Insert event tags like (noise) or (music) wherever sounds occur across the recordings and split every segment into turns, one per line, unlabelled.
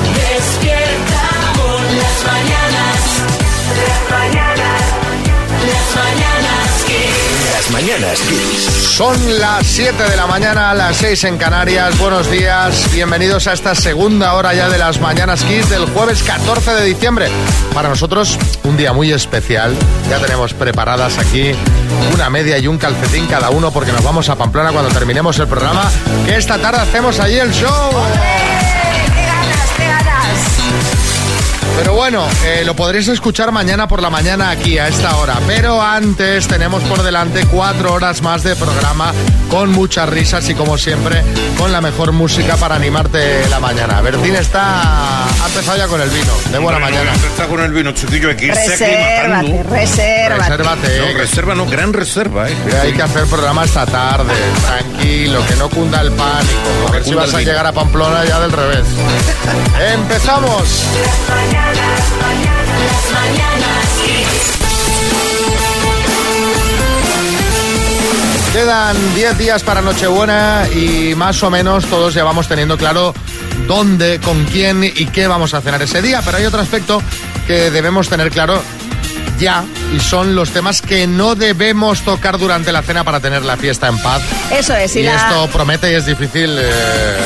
Despierta por las mañanas. Las mañanas. Las mañanas que
Las mañanas Kiss.
Son las 7 de la mañana, las 6 en Canarias. Buenos días, bienvenidos a esta segunda hora ya de las Mañanas Kiss del jueves 14 de diciembre. Para nosotros, un día muy especial. Ya tenemos preparadas aquí una media y un calcetín cada uno porque nos vamos a Pamplona cuando terminemos el programa. Que esta tarde hacemos allí el show. Pero bueno, eh, lo podréis escuchar mañana por la mañana aquí a esta hora. Pero antes tenemos por delante cuatro horas más de programa con muchas risas y como siempre con la mejor música para animarte la mañana. Bertín está ha empezado ya con el vino. De buena
Bueno,
mañana.
esto está con el vino, chiquillo, hay que irse
Resérvate,
aclimatando.
resérvate.
Resérvate.
No,
eh,
reserva, no, gran reserva, ¿eh?
que Hay que hacer programa esta tarde, tranquilo, que no cunda el pánico. A ver si
cunda
vas
el
a
vino.
llegar a Pamplona ya del revés. (laughs) ¡Empezamos!
las mañanas. Las mañanas que
Quedan 10 días para Nochebuena y más o menos todos ya vamos teniendo claro dónde, con quién y qué vamos a cenar ese día, pero hay otro aspecto que debemos tener claro ya y son los temas que no debemos tocar durante la cena para tener la fiesta en paz.
Eso es, y,
y
Eh, la,
esto promete y es difícil eh,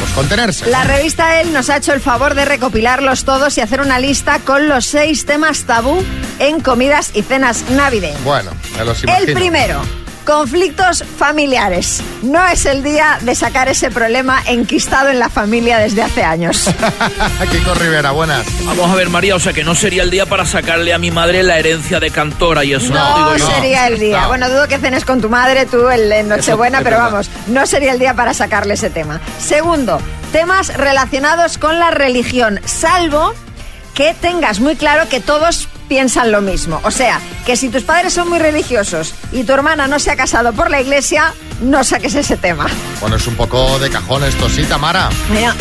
pues, contenerse.
la revista él nos ha hecho el favor de recopilarlos todos y hacer una lista con los seis temas tabú en comidas y cenas navideñas.
Bueno, me los imagino.
El primero, conflictos familiares. No es el día de sacar ese problema enquistado en la familia desde hace (laughs) años.
Kiko Rivera, buenas.
Vamos a ver, María, o sea que no sería el día para sacarle a mi madre la herencia de cantora y eso.
No,
digo yo.
sería el día.
No.
Bueno, dudo que cenes con tu madre tú el en Nochebuena,
es
pero
verdad.
vamos, no sería el día para sacarle ese tema. Segundo, temas relacionados con la religión, salvo que tengas muy claro que todos piensan lo mismo. O sea, que si tus padres son muy religiosos y tu hermana no se ha casado por la iglesia, no saques ese tema.
Bueno, es un poco de cajón esto, sí, Tamara.
(laughs)
Bueno,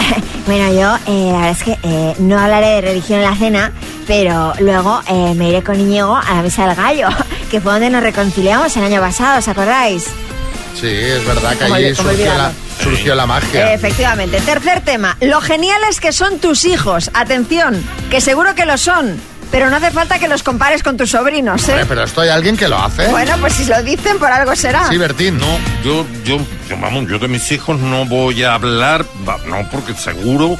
bueno yo eh, la verdad es que eh, no hablaré de religión en la cena, pero luego eh, me iré con Íñigo a la misa del
(laughs)
gallo, que fue donde nos reconciliamos el año pasado, ¿os acordáis?
Sí, es verdad que
Como
allí
olvi- como
surgió la,
olvidarlo.
surgió la
Eh.
magia.
Efectivamente. Tercer tema, lo geniales que son tus hijos. Atención, que seguro que lo son, pero no hace falta que los compares con tus sobrinos, ¿eh?
Hombre, pero esto hay alguien que lo hace.
Bueno, pues si lo dicen, por algo será.
Sí, Bertín.
No, yo, yo, yo, vamos, yo de mis hijos no voy a hablar, va- no, porque seguro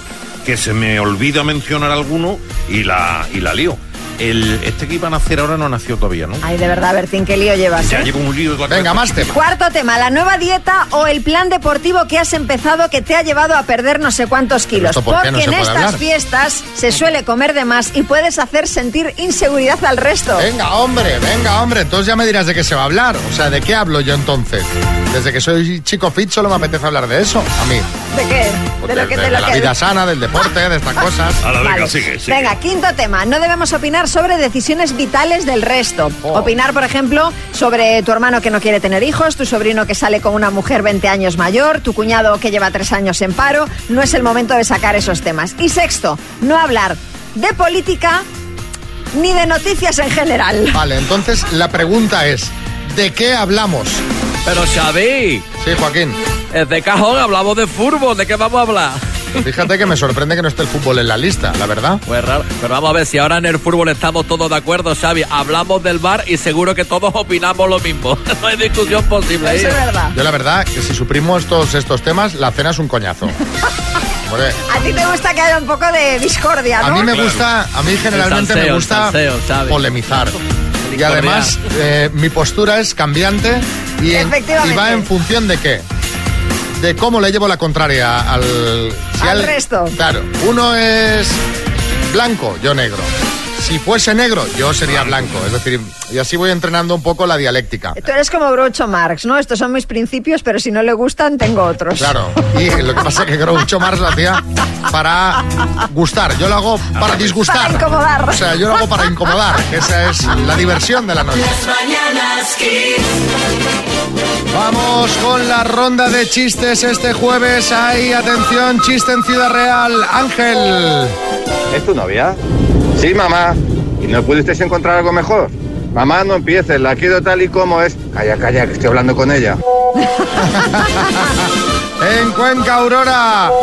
que se me olvida mencionar alguno y la, y la lío. El, este que iban a hacer ahora no nació todavía, ¿no?
Ay, de verdad, Bertín, qué lío llevas.
Ya
¿eh?
llevo un lío. de la
Venga,
cabeza.
más temas.
Cuarto tema, la nueva dieta o el plan deportivo que has empezado que te ha llevado a perder no sé cuántos kilos.
esto por qué
Porque
no se
en
puede
estas
hablar?
fiestas se suele comer de más y puedes hacer sentir inseguridad al resto.
Venga, oh. hombre, venga, hombre. Entonces ya me dirás de qué se va a hablar. O sea, ¿de qué hablo yo entonces? Desde que soy chico fit solo me apetece hablar de eso, a mí.
¿De qué?
De, de la vida sana, del deporte, de estas cosas.
(laughs) A la venga,
Vale.
sigue, sigue.
Venga, quinto tema. No debemos opinar sobre decisiones vitales del resto.
Oh.
Opinar, por ejemplo, sobre tu hermano que no quiere tener hijos, tu sobrino que sale con una mujer 20 años mayor, tu cuñado que lleva tres años en paro. No es el momento de sacar esos temas. Y sexto, no hablar de política ni de noticias en general.
Vale, entonces la pregunta es, ¿de qué hablamos?
Pero Xavi,
Sí, Joaquín.
es de cajón, hablamos de fútbol, ¿de qué vamos a hablar?
Pues Fíjate que me sorprende que no esté el fútbol en la lista, la verdad.
Pues raro, pero vamos a ver, si ahora en el fútbol estamos todos de acuerdo, Xavi, hablamos del bar y seguro que todos opinamos lo mismo. (laughs) No hay discusión posible. ¿eh?
Eso es verdad.
Yo la verdad que si suprimos todos estos temas, la cena es un
(laughs)
coñazo. Hombre,
A ti te gusta que haya un poco de discordia, ¿no?
A mí me
Claro.
gusta, a mí generalmente
salseo,
me
el
gusta
salseo, ¿sabes?
polemizar. Y
Discordiar.
además, eh, mi postura es cambiante y, en-
Efectivamente.
y va en función de qué. De cómo le llevo la contraria al... si
Al resto.
Claro. Uno es blanco, yo negro. Si fuese negro, yo sería blanco. Es decir, y así voy entrenando un poco la dialéctica.
Tú eres como Groucho Marx, ¿no? Estos son mis principios, pero si no le gustan, tengo otros.
Claro. Y lo que pasa es que Groucho Marx lo hacía para gustar. Yo lo hago para disgustar.
Para incomodar.
O sea, yo lo hago para incomodar. que Esa es la diversión de la noche.
Las mañanas que
Vamos con la ronda de chistes este jueves. Hay atención, chiste en Ciudad Real. Ángel.
¿Es tu novia? Sí, mamá. ¿Y no pudisteis encontrar algo mejor? Mamá, no empieces, la quiero tal y como es. Calla, calla, que estoy hablando con ella.
(laughs) En Cuenca, Aurora. (laughs)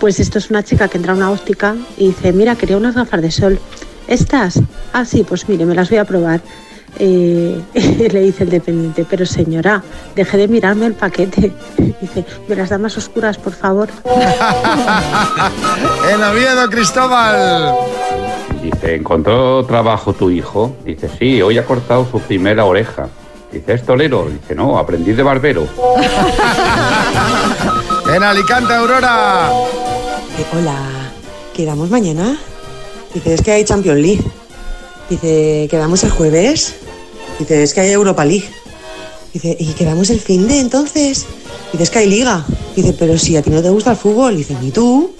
Pues esto es una chica que entra a una óptica y dice, mira, quería unas gafas de sol. ¿Estas? Ah, sí, pues mire, me las voy a probar. Eh, (laughs) le dice el dependiente, pero señora, deje de mirarme el paquete. (laughs) Dice, me las da más oscuras, por
(laughs)
favor.
Eh,
En Oviedo, Cristóbal.
Dice, ¿encontró trabajo tu hijo? Dice, sí, hoy ha cortado su primera oreja. Dice, ¿es tolero? Dice, no, aprendí de barbero.
(laughs) En Alicante, Aurora.
Eh, hola, ¿quedamos mañana? Dice, es que hay Champions League. Dice, ¿quedamos el jueves? Dice, es que hay Europa League. Dice, ¿y quedamos el fin de entonces? Dice, es que hay liga. Dice, pero si a ti no te gusta el fútbol. Dice, ni tú.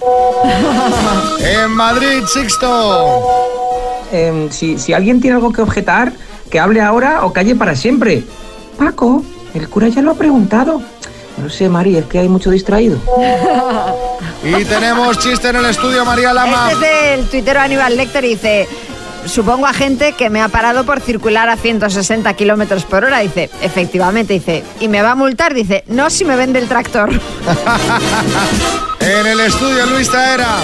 En Madrid, Sixto.
Eh, si, si alguien tiene algo que objetar, que hable ahora o calle para siempre. Paco, el cura ya lo ha preguntado. No sé, María, es que hay mucho distraído.
Y tenemos chiste en el (laughs) estudio, María Lama.
Este es el tuitero Aníbal Lecter y dice, supongo a gente que me ha parado por circular a 160 kilómetros por hora, dice, efectivamente, dice, y me va a multar, dice, no si me vende el tractor.
En el estudio, Luis
(laughs)
Taera.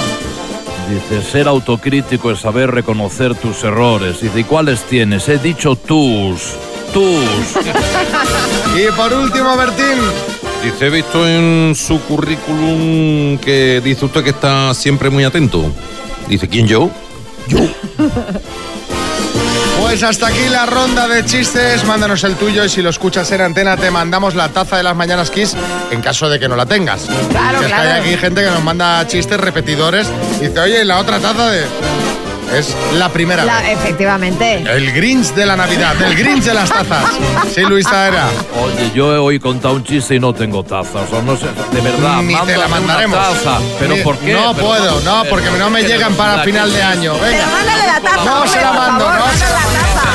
Dice, ser autocrítico es saber reconocer tus errores. Dice, ¿y cuáles tienes? He dicho tus, tus.
Y por último, Bertín.
(laughs) Dice, he visto en su currículum que dice usted que está siempre muy atento. Dice, ¿quién yo?
Pues hasta aquí la ronda de chistes. Mándanos el tuyo y si lo escuchas en antena te mandamos la taza de las mañanas Kiss en caso de que no la tengas.
Claro,
Que es que
claro.
Hay aquí gente que nos manda chistes repetidores y dice, oye, ¿y la otra taza de... Es la (laughs) primera
La-
vez.
efectivamente.
El Grinch de la Navidad, el Grinch de las
(laughs)
tazas. Sí, Luis Taera.
Ah, Oye, yo he hoy contado un chiste y no tengo taza. O sea, no sé, de verdad,
Ni te la
mándame una
mandaremos.
taza. Pero
Ni-
¿por qué?
No
Pero
puedo, no,
pero
porque no me
que
llegan
no-
para
la
final
que-
de año.
Pero
Venga.
mándale la taza.
No,
hombre,
se la
por
mando,
favor,
no, se
mándale la taza.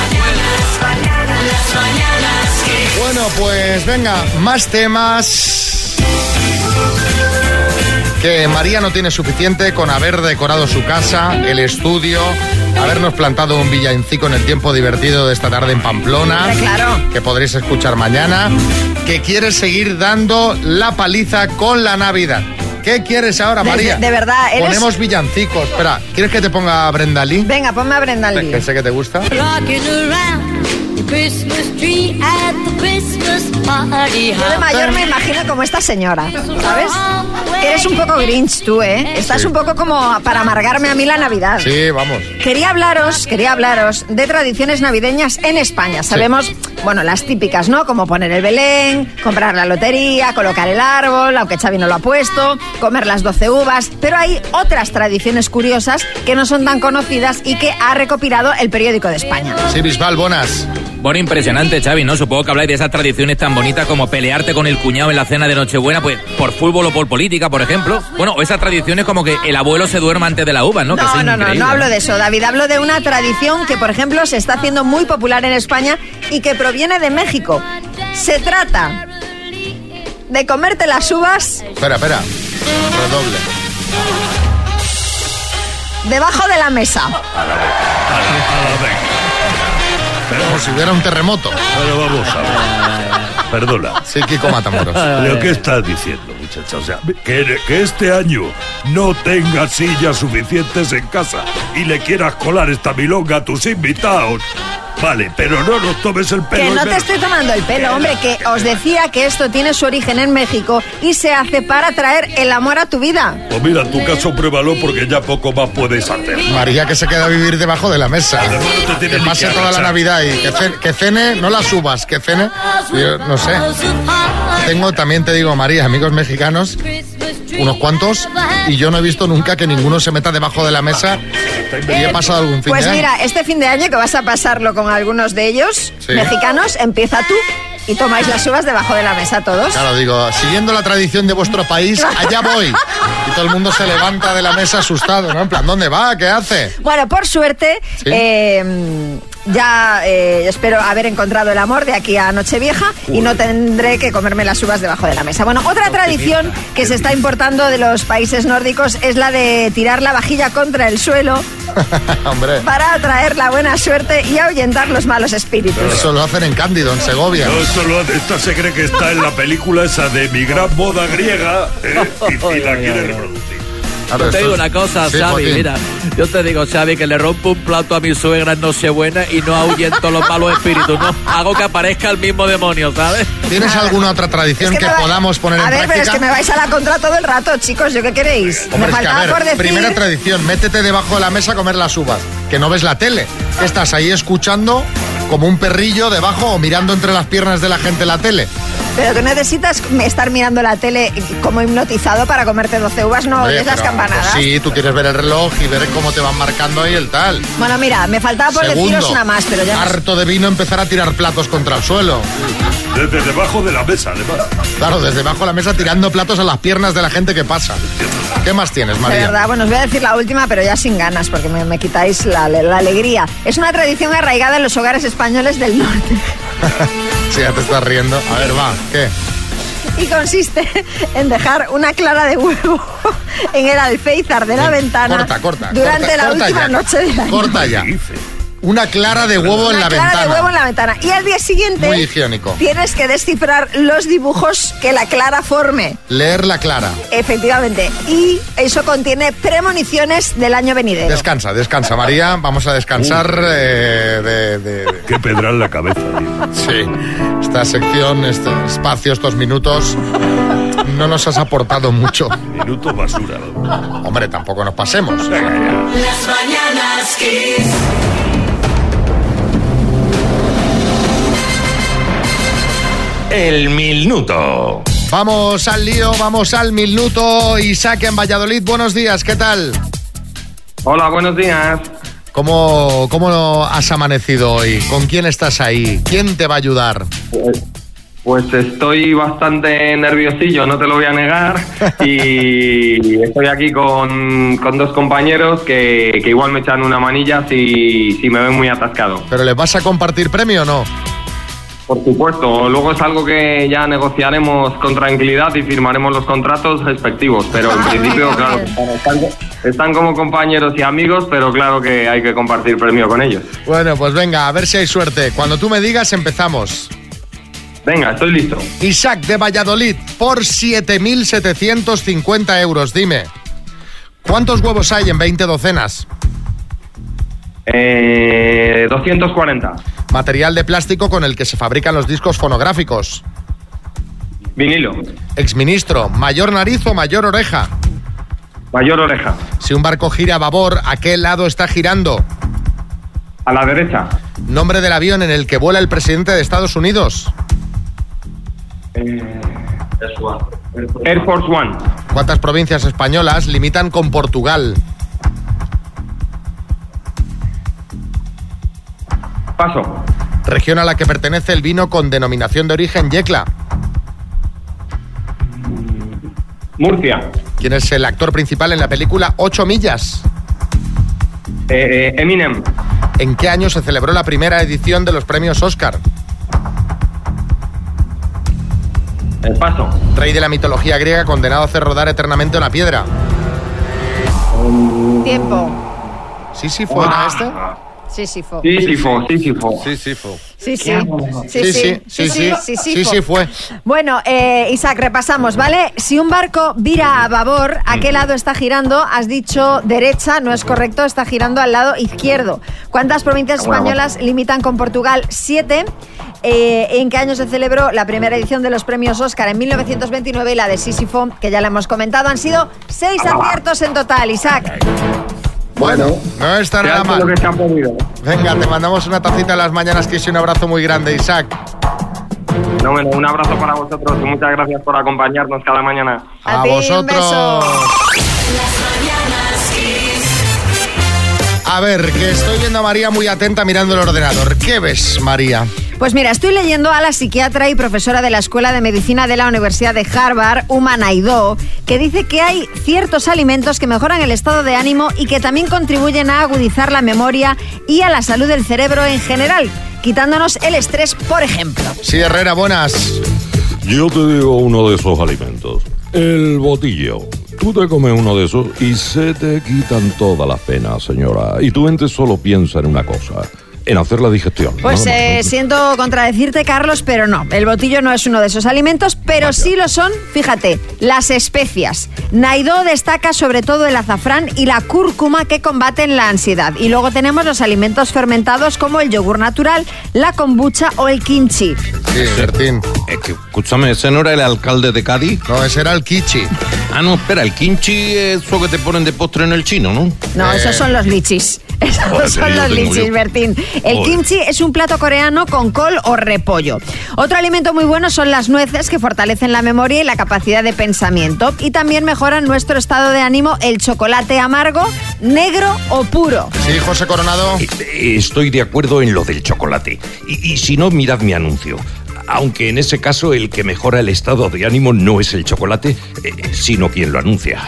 Las mañanas Kiss.
Bueno, pues venga, más temas. Que María no tiene suficiente con haber decorado su casa, el estudio, habernos plantado un villancico en el tiempo divertido de esta tarde en Pamplona,
Hombre, claro.
que podréis escuchar mañana, que quieres seguir dando la paliza con la Navidad. ¿Qué quieres ahora,
De-
María?
de verdad, eres-
Ponemos villancicos. Espera, ¿quieres que te ponga Brenda Lee?
Venga, ponme a Brenda Lee.
Que sé que te gusta.
Rocking around the Christmas tree at the Christmas party.
Yo de mayor me imagino como esta señora, ¿sabes? Eres un poco Grinch tú, ¿eh? Estás un poco como para amargarme a mí la Navidad.
Sí, vamos.
Quería hablaros, quería hablaros de tradiciones navideñas en España. Sabemos, bueno, las típicas, ¿no? Como poner el Belén, comprar la lotería, colocar el árbol, aunque Xavi no lo ha puesto, comer las 12 uvas. Pero hay otras tradiciones curiosas que no son tan conocidas y que ha recopilado el periódico de España.
Sí, Bisbal, buenas.
Bueno, impresionante, Xavi, ¿no? Supongo que habláis de esas tradiciones tan bonitas como pelearte con el cuñado en la cena de Nochebuena, pues por fútbol o por política, por ejemplo. Bueno, o esas tradiciones como que el abuelo se duerma antes de la uva, ¿no? Que eso
No,
es
no, no,
increíble.
no hablo de eso, David. Hablo de una tradición que, por ejemplo, se está haciendo muy popular en España y que proviene de México. Se trata de comerte las uvas
Espera, espera. Redoble.
debajo de la mesa.
Pero como si hubiera un terremoto.
Pero vamos a ver. Perdona.
(laughs) Sí, Kiko Matamoros.
(laughs) ¿Pero qué estás diciendo, muchacha? O sea, que, que este año no tengas sillas suficientes en casa y le quieras colar esta milonga a tus invitados. Vale, pero no nos tomes el pelo.
Que
es
no te
verdad.
estoy tomando el pelo, hombre, que os decía que esto tiene su origen en México y se hace para traer el amor a tu vida.
Pues mira, en tu caso pruébalo porque ya poco más puedes hacer.
María que se queda a vivir debajo de la mesa.
no te tiene
Que
ni
pase
que
toda la
agachar.
Navidad y que cene, que cene, no la subas, que cene. Yo no sé. Tengo, también te digo, María, amigos mexicanos, unos cuantos, y yo no he visto nunca que ninguno se meta debajo de la mesa y he pasado algún fin
Pues
de año.
mira, este fin de año que vas a pasarlo con algunos de ellos,
Sí.
mexicanos, empieza tú y tomáis las uvas debajo de la mesa todos.
Claro, digo, siguiendo la tradición de vuestro país, allá voy. Y todo el mundo se levanta de la mesa asustado, ¿no? En plan, ¿dónde va? ¿Qué hace?
Bueno, por suerte,
Sí.
eh, Ya eh, espero haber encontrado el amor de aquí a Nochevieja y no tendré que comerme las uvas debajo de la mesa. Bueno, otra tradición que se está importando de los países nórdicos es la de tirar la vajilla contra el suelo
(laughs) Hombre.
para atraer la buena suerte y ahuyentar los malos espíritus.
Eso lo hacen en Cándido, en Segovia.
No, esto, lo hace- esto se cree que está en la película esa de mi gran boda griega ¿eh? y, y la quiere reproducir.
Yo te digo una cosa, Xavi, mira, yo te digo, Xavi, que le rompo un plato a mi suegra en Nochebuena y no ahuyento los malos espíritus, no hago que aparezca el mismo demonio, ¿sabes?
¿Tienes alguna otra tradición
Es que me va-
poner
a
en
ver, pero es
práctica?
que me vais a la contra todo el rato, chicos, ¿yo qué queréis?
Hombre,
me
es que,
faltaba
a ver,
por decir...
primera tradición, métete debajo de la mesa a comer las uvas, que no ves la tele. Estás ahí escuchando como un perrillo debajo o mirando entre las piernas de la gente la tele.
Pero tú necesitas estar mirando la tele como hipnotizado para comerte 12 uvas, no
Oye,
oyes las
pero,
campanadas.
pues sí, tú quieres ver el reloj y ver cómo te van marcando ahí el tal.
Bueno, mira, me faltaba por
Segundo,
deciros pues una más, pero ya...
harto de vino empezar a tirar platos contra el suelo.
Desde debajo de la mesa, además.
Claro, desde debajo de la mesa tirando platos a las piernas de la gente que pasa. ¿Qué más tienes,
De
María?
verdad, bueno, os voy a decir la última, pero ya sin ganas, porque me, me quitáis la, la alegría. Es una tradición arraigada en los hogares españoles del norte (laughs)
Sí, ya te estás riendo. A ver, va, ¿qué?
y consiste en dejar una clara de huevo (laughs) en el alféizar de la ventana
Corta, corta.
durante
corta,
la
corta
última
ya.
noche del año.
Corta ya. Una clara de huevo en la
una clara
ventana.
de huevo en la ventana. Y al día siguiente
Muy higiénico.
tienes que descifrar los dibujos que la clara forme.
Leer la clara.
Efectivamente. Y eso contiene premoniciones del año venidero.
Descansa, descansa, María. Vamos a descansar eh, de,
Qué pedra en la cabeza,
Sí. Esta sección, este espacio, estos minutos, no nos has aportado mucho.
Minutos basura.
Hombre, tampoco nos pasemos.
Las mañanas Kiss.
El minuto.
Vamos al lío, vamos al minuto. Isaac en Valladolid, buenos días, ¿qué tal?
Hola, buenos días.
¿Cómo, ¿Cómo has amanecido hoy? ¿Con quién estás ahí? ¿Quién te va a ayudar?
Pues estoy bastante nerviosillo, no te lo voy a negar. Y estoy aquí con, con dos compañeros que, que igual me echan una manilla si, si me ven muy atascado.
¿Pero les vas a compartir premio o no?
Por supuesto, luego es algo que ya negociaremos con tranquilidad y firmaremos los contratos respectivos. Pero en principio, claro, están, están como compañeros y amigos, pero claro que hay que compartir premio con ellos.
Bueno, pues venga, a ver si hay suerte. Cuando tú me digas, empezamos.
Venga, estoy listo.
Isaac de Valladolid, por 7.750 euros, dime. ¿Cuántos huevos hay en 20 docenas?
Eh, 240.
Material de plástico con el que se fabrican los discos fonográficos.
Vinilo.
Exministro, ¿mayor nariz o mayor oreja?
Mayor oreja.
Si un barco gira a babor, ¿a qué lado está girando?
A la derecha.
Nombre del avión en el que vuela el presidente de Estados Unidos.
Air Force One.
¿Cuántas provincias españolas limitan con Portugal?
Paso.
Región a la que pertenece el vino con denominación de origen Yecla.
Murcia.
¿Quién es el actor principal en la película 8 millas?
Eh, eh, Eminem.
¿En qué año se celebró la primera edición de los premios Oscar?
El paso.
Rey de la mitología griega condenado a hacer rodar eternamente una piedra.
Tiempo.
Sí, sí, fue ¿no, este.
Sí, sí, fue.
Sísifo, Sísifo.
Sísifo.
Sí, sí. Sí, sí, sí, sí, sí, sí,
sí, sí, fue.
Bueno, eh, Isaac, repasamos, ¿vale? Si un barco vira a babor, ¿a qué lado está girando? Has dicho derecha, no es correcto, está girando al lado izquierdo. ¿Cuántas provincias
Bueno, bueno.
españolas limitan con Portugal? Siete. Eh, ¿En qué año se celebró la primera edición de los premios Oscar? En 1929 y la de Sísifo, que ya la hemos comentado, han sido seis aciertos en total, Isaac.
Bueno, no está nada mal.
podido.
Venga, te mandamos una tacita a las mañanas, que es un abrazo muy grande, Isaac.
No, bueno, un abrazo para vosotros y muchas gracias por acompañarnos cada mañana.
A, vosotros. A ver, que estoy viendo a María muy atenta mirando el ordenador. ¿Qué ves, María?
Pues mira, estoy leyendo a la psiquiatra y profesora de la Escuela de Medicina de la Universidad de Harvard, Uma Naidoo, que dice que hay ciertos alimentos que mejoran el estado de ánimo y que también contribuyen a agudizar la memoria y a la salud del cerebro en general, quitándonos el estrés, por ejemplo.
Sí, Herrera, buenas.
Yo te digo uno de esos alimentos. El botillo. Tú te comes uno de esos y se te quitan todas las penas, señora. Y tu mente solo piensa en una cosa, en hacer la digestión.
Pues
nada más.
eh, siento contradecirte, Carlos, pero no. El botillo no es uno de esos alimentos, pero sí lo son, fíjate, las especias. Naidó destaca sobre todo el azafrán y la cúrcuma que combaten la ansiedad. Y luego tenemos los alimentos fermentados como el yogur natural, la kombucha o el kimchi.
Sí, Bertín.
Es que, escúchame, ¿ese no era el alcalde de Cádiz?
No, ese era el Kichi.
Ah, no, espera, el Kimchi es eso que te ponen de postre en el chino, ¿no?
Eh,
No,
Eh,
esos son los lichis. (laughs) Esos
Joder,
son
yo
los
tengo
lichis,
yo.
Bertín. El
Joder.
kimchi es un plato coreano con col o repollo. Otro alimento muy bueno son las nueces que fortalecen la memoria y la capacidad de pensamiento y también mejoran nuestro estado de ánimo el chocolate amargo, negro o puro.
Sí, José Coronado.
Eh, Estoy de acuerdo en lo del chocolate. Y, y si no, mirad mi anuncio. Aunque en ese caso el que mejora el estado de ánimo no es el chocolate, eh, sino quien lo anuncia.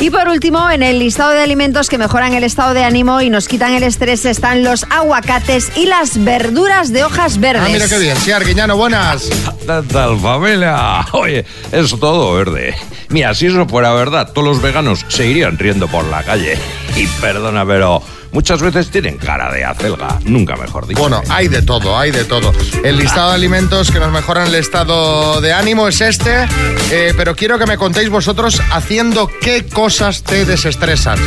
Y por último, en el listado de alimentos que mejoran el estado de ánimo y nos quitan el estrés están los aguacates y las verduras de hojas verdes.
Ah, mira qué bien. Sí, Arguiñano, buenas.
¿Qué tal, familia? Oye, es todo verde. Mira, si eso fuera verdad, todos los veganos se irían riendo por la calle. Y perdona, pero muchas veces tienen cara de acelga, nunca mejor dicho.
Bueno, hay de todo, hay de todo. El listado de alimentos que nos mejoran el estado de ánimo es este, eh, pero quiero que me contéis vosotros haciendo qué cosas te desestresan.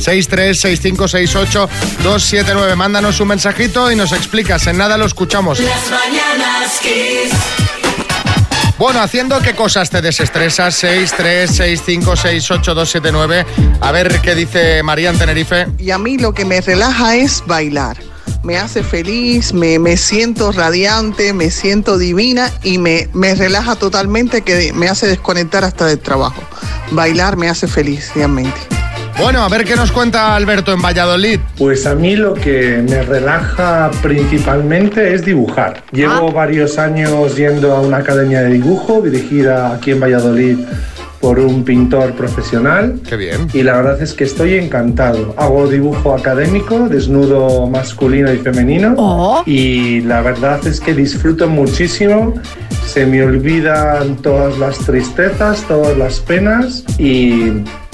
636568279. Mándanos un mensajito y nos explicas. En nada lo escuchamos.
Las mañanas Kiss.
Bueno, haciendo qué cosas te desestresas. 636568279. A ver qué dice María en Tenerife.
Y a mí lo que me relaja es bailar. Me hace feliz, me, me siento radiante, me siento divina y me, me relaja totalmente que me hace desconectar hasta del trabajo. Bailar me hace feliz, realmente.
Bueno, a ver qué nos cuenta Alberto en Valladolid.
Pues a mí lo que me relaja principalmente es dibujar. Llevo varios años yendo a una academia de dibujo dirigida aquí en Valladolid por un pintor profesional.
Qué bien.
Y la verdad es que estoy encantado. Hago dibujo académico, desnudo masculino y femenino. Y la verdad es que disfruto muchísimo. Se me olvidan todas las tristezas, todas las penas y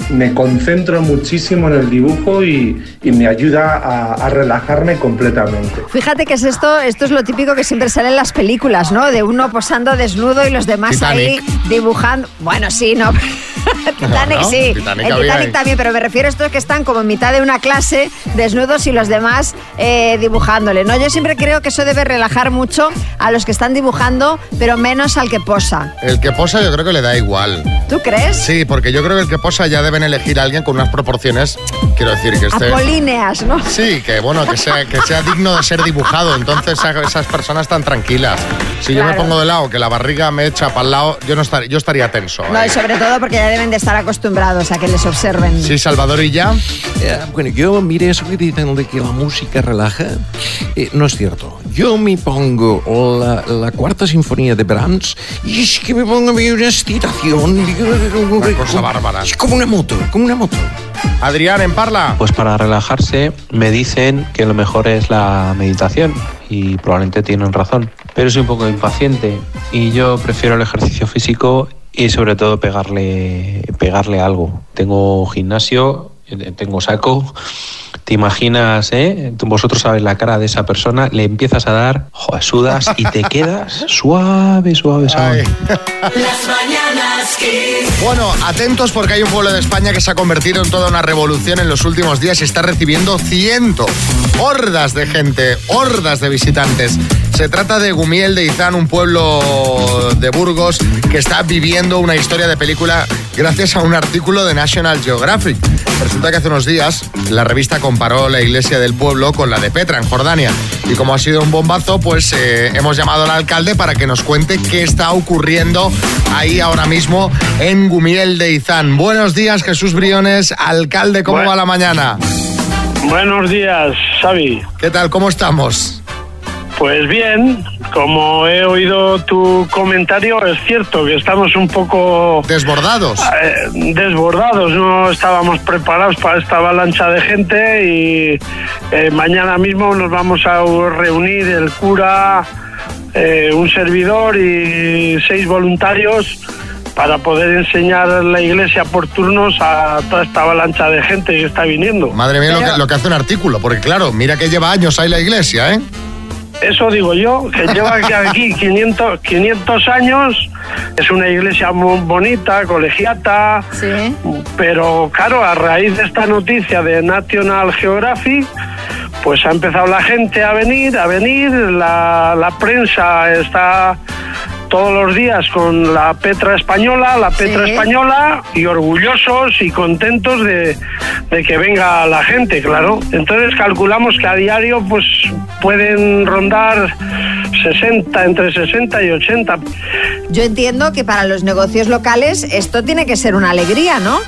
me concentro muchísimo en el dibujo y, y me ayuda a- a relajarme completamente.
Fíjate que es esto, esto es lo típico que siempre sale en las películas, ¿no? De uno posando desnudo y los demás
Titanic.
ahí dibujando. Bueno, sí, no. (laughs) Titanic
No,
sí,
Titanic
el
había
Titanic
ahí.
también, pero me refiero a estos que están como en mitad de una clase desnudos y los demás eh, dibujándole, ¿no? Yo siempre creo que eso debe relajar mucho a los que están dibujando, pero menos al que posa.
El que posa yo creo que le da igual.
¿Tú crees?
Sí, porque yo creo que el que posa ya deben elegir a alguien con unas proporciones, quiero decir, que
Este-
esté...
Apolíneas, ¿no?
Sí, que bueno, que sea, que sea digno de ser dibujado. Entonces esa- esas personas tan tranquilas. Si yo
Claro.
me pongo de lado, que la barriga me echa para el lado, yo no estar- yo estaría tenso.
No,
¿eh?
y sobre todo porque ya deben de estar acostumbrados a que les observen.
Sí, Salvador y ya.
Eh, bueno, yo mire eso que dicen de que la música relaja. eh, no es cierto. Yo me pongo la, la cuarta sinfonía de Brahms y es que me pongo a mí una excitación.
Una cosa bárbara.
Es como una moto, como una moto.
Adrián, en Parla.
Pues para relajarse me dicen que lo mejor es la meditación y probablemente tienen razón. Pero soy un poco impaciente y yo prefiero el ejercicio físico y sobre todo pegarle, pegarle algo. Tengo gimnasio, eh, tengo saco. Te imaginas, ¿eh? Tú- Vosotros sabéis la cara de esa persona, le empiezas a dar, joder, sudas y
(laughs)
te quedas suave, suave, suave.
Las mañanas Kiss.
Bueno, atentos porque hay un pueblo de España que se ha convertido en toda una revolución en los últimos días y está recibiendo cientos, hordas de gente, hordas de visitantes. Se trata de Gumiel de Izán, un pueblo de Burgos que está viviendo una historia de película gracias a un artículo de National Geographic. Resulta que hace unos días la revista comparó la iglesia del pueblo con la de Petra en Jordania. Y como ha sido un bombazo, pues eh, hemos llamado al alcalde para que nos cuente qué está ocurriendo ahí ahora mismo en Gumiel de Izán. Buenos días, Jesús Briones, alcalde, ¿cómo va la mañana?
Buenos días, Xavi.
¿Qué tal? ¿Cómo estamos?
Pues bien, como he oído tu comentario, es cierto que estamos un poco...
Desbordados.
Eh, desbordados, no estábamos preparados para esta avalancha de gente y eh, mañana mismo nos vamos a reunir el cura, eh, un servidor y seis voluntarios para poder enseñar la iglesia por turnos a toda esta avalancha de gente que está viniendo.
Madre mía, lo que, lo que hace un artículo, porque claro, mira que lleva años ahí la iglesia, ¿eh?
Eso digo yo, que lleva aquí 500, 500 años, es una iglesia muy bonita, colegiata, pero claro, a raíz de esta noticia de National Geographic, pues ha empezado la gente a venir, a venir, la, la prensa está todos los días con la Petra española, la Petra española, y orgullosos y contentos de, de que venga la gente, claro. Entonces calculamos que a diario pues pueden rondar 60, entre 60 y 80.
Yo entiendo que para los negocios locales esto tiene que ser una alegría, ¿no?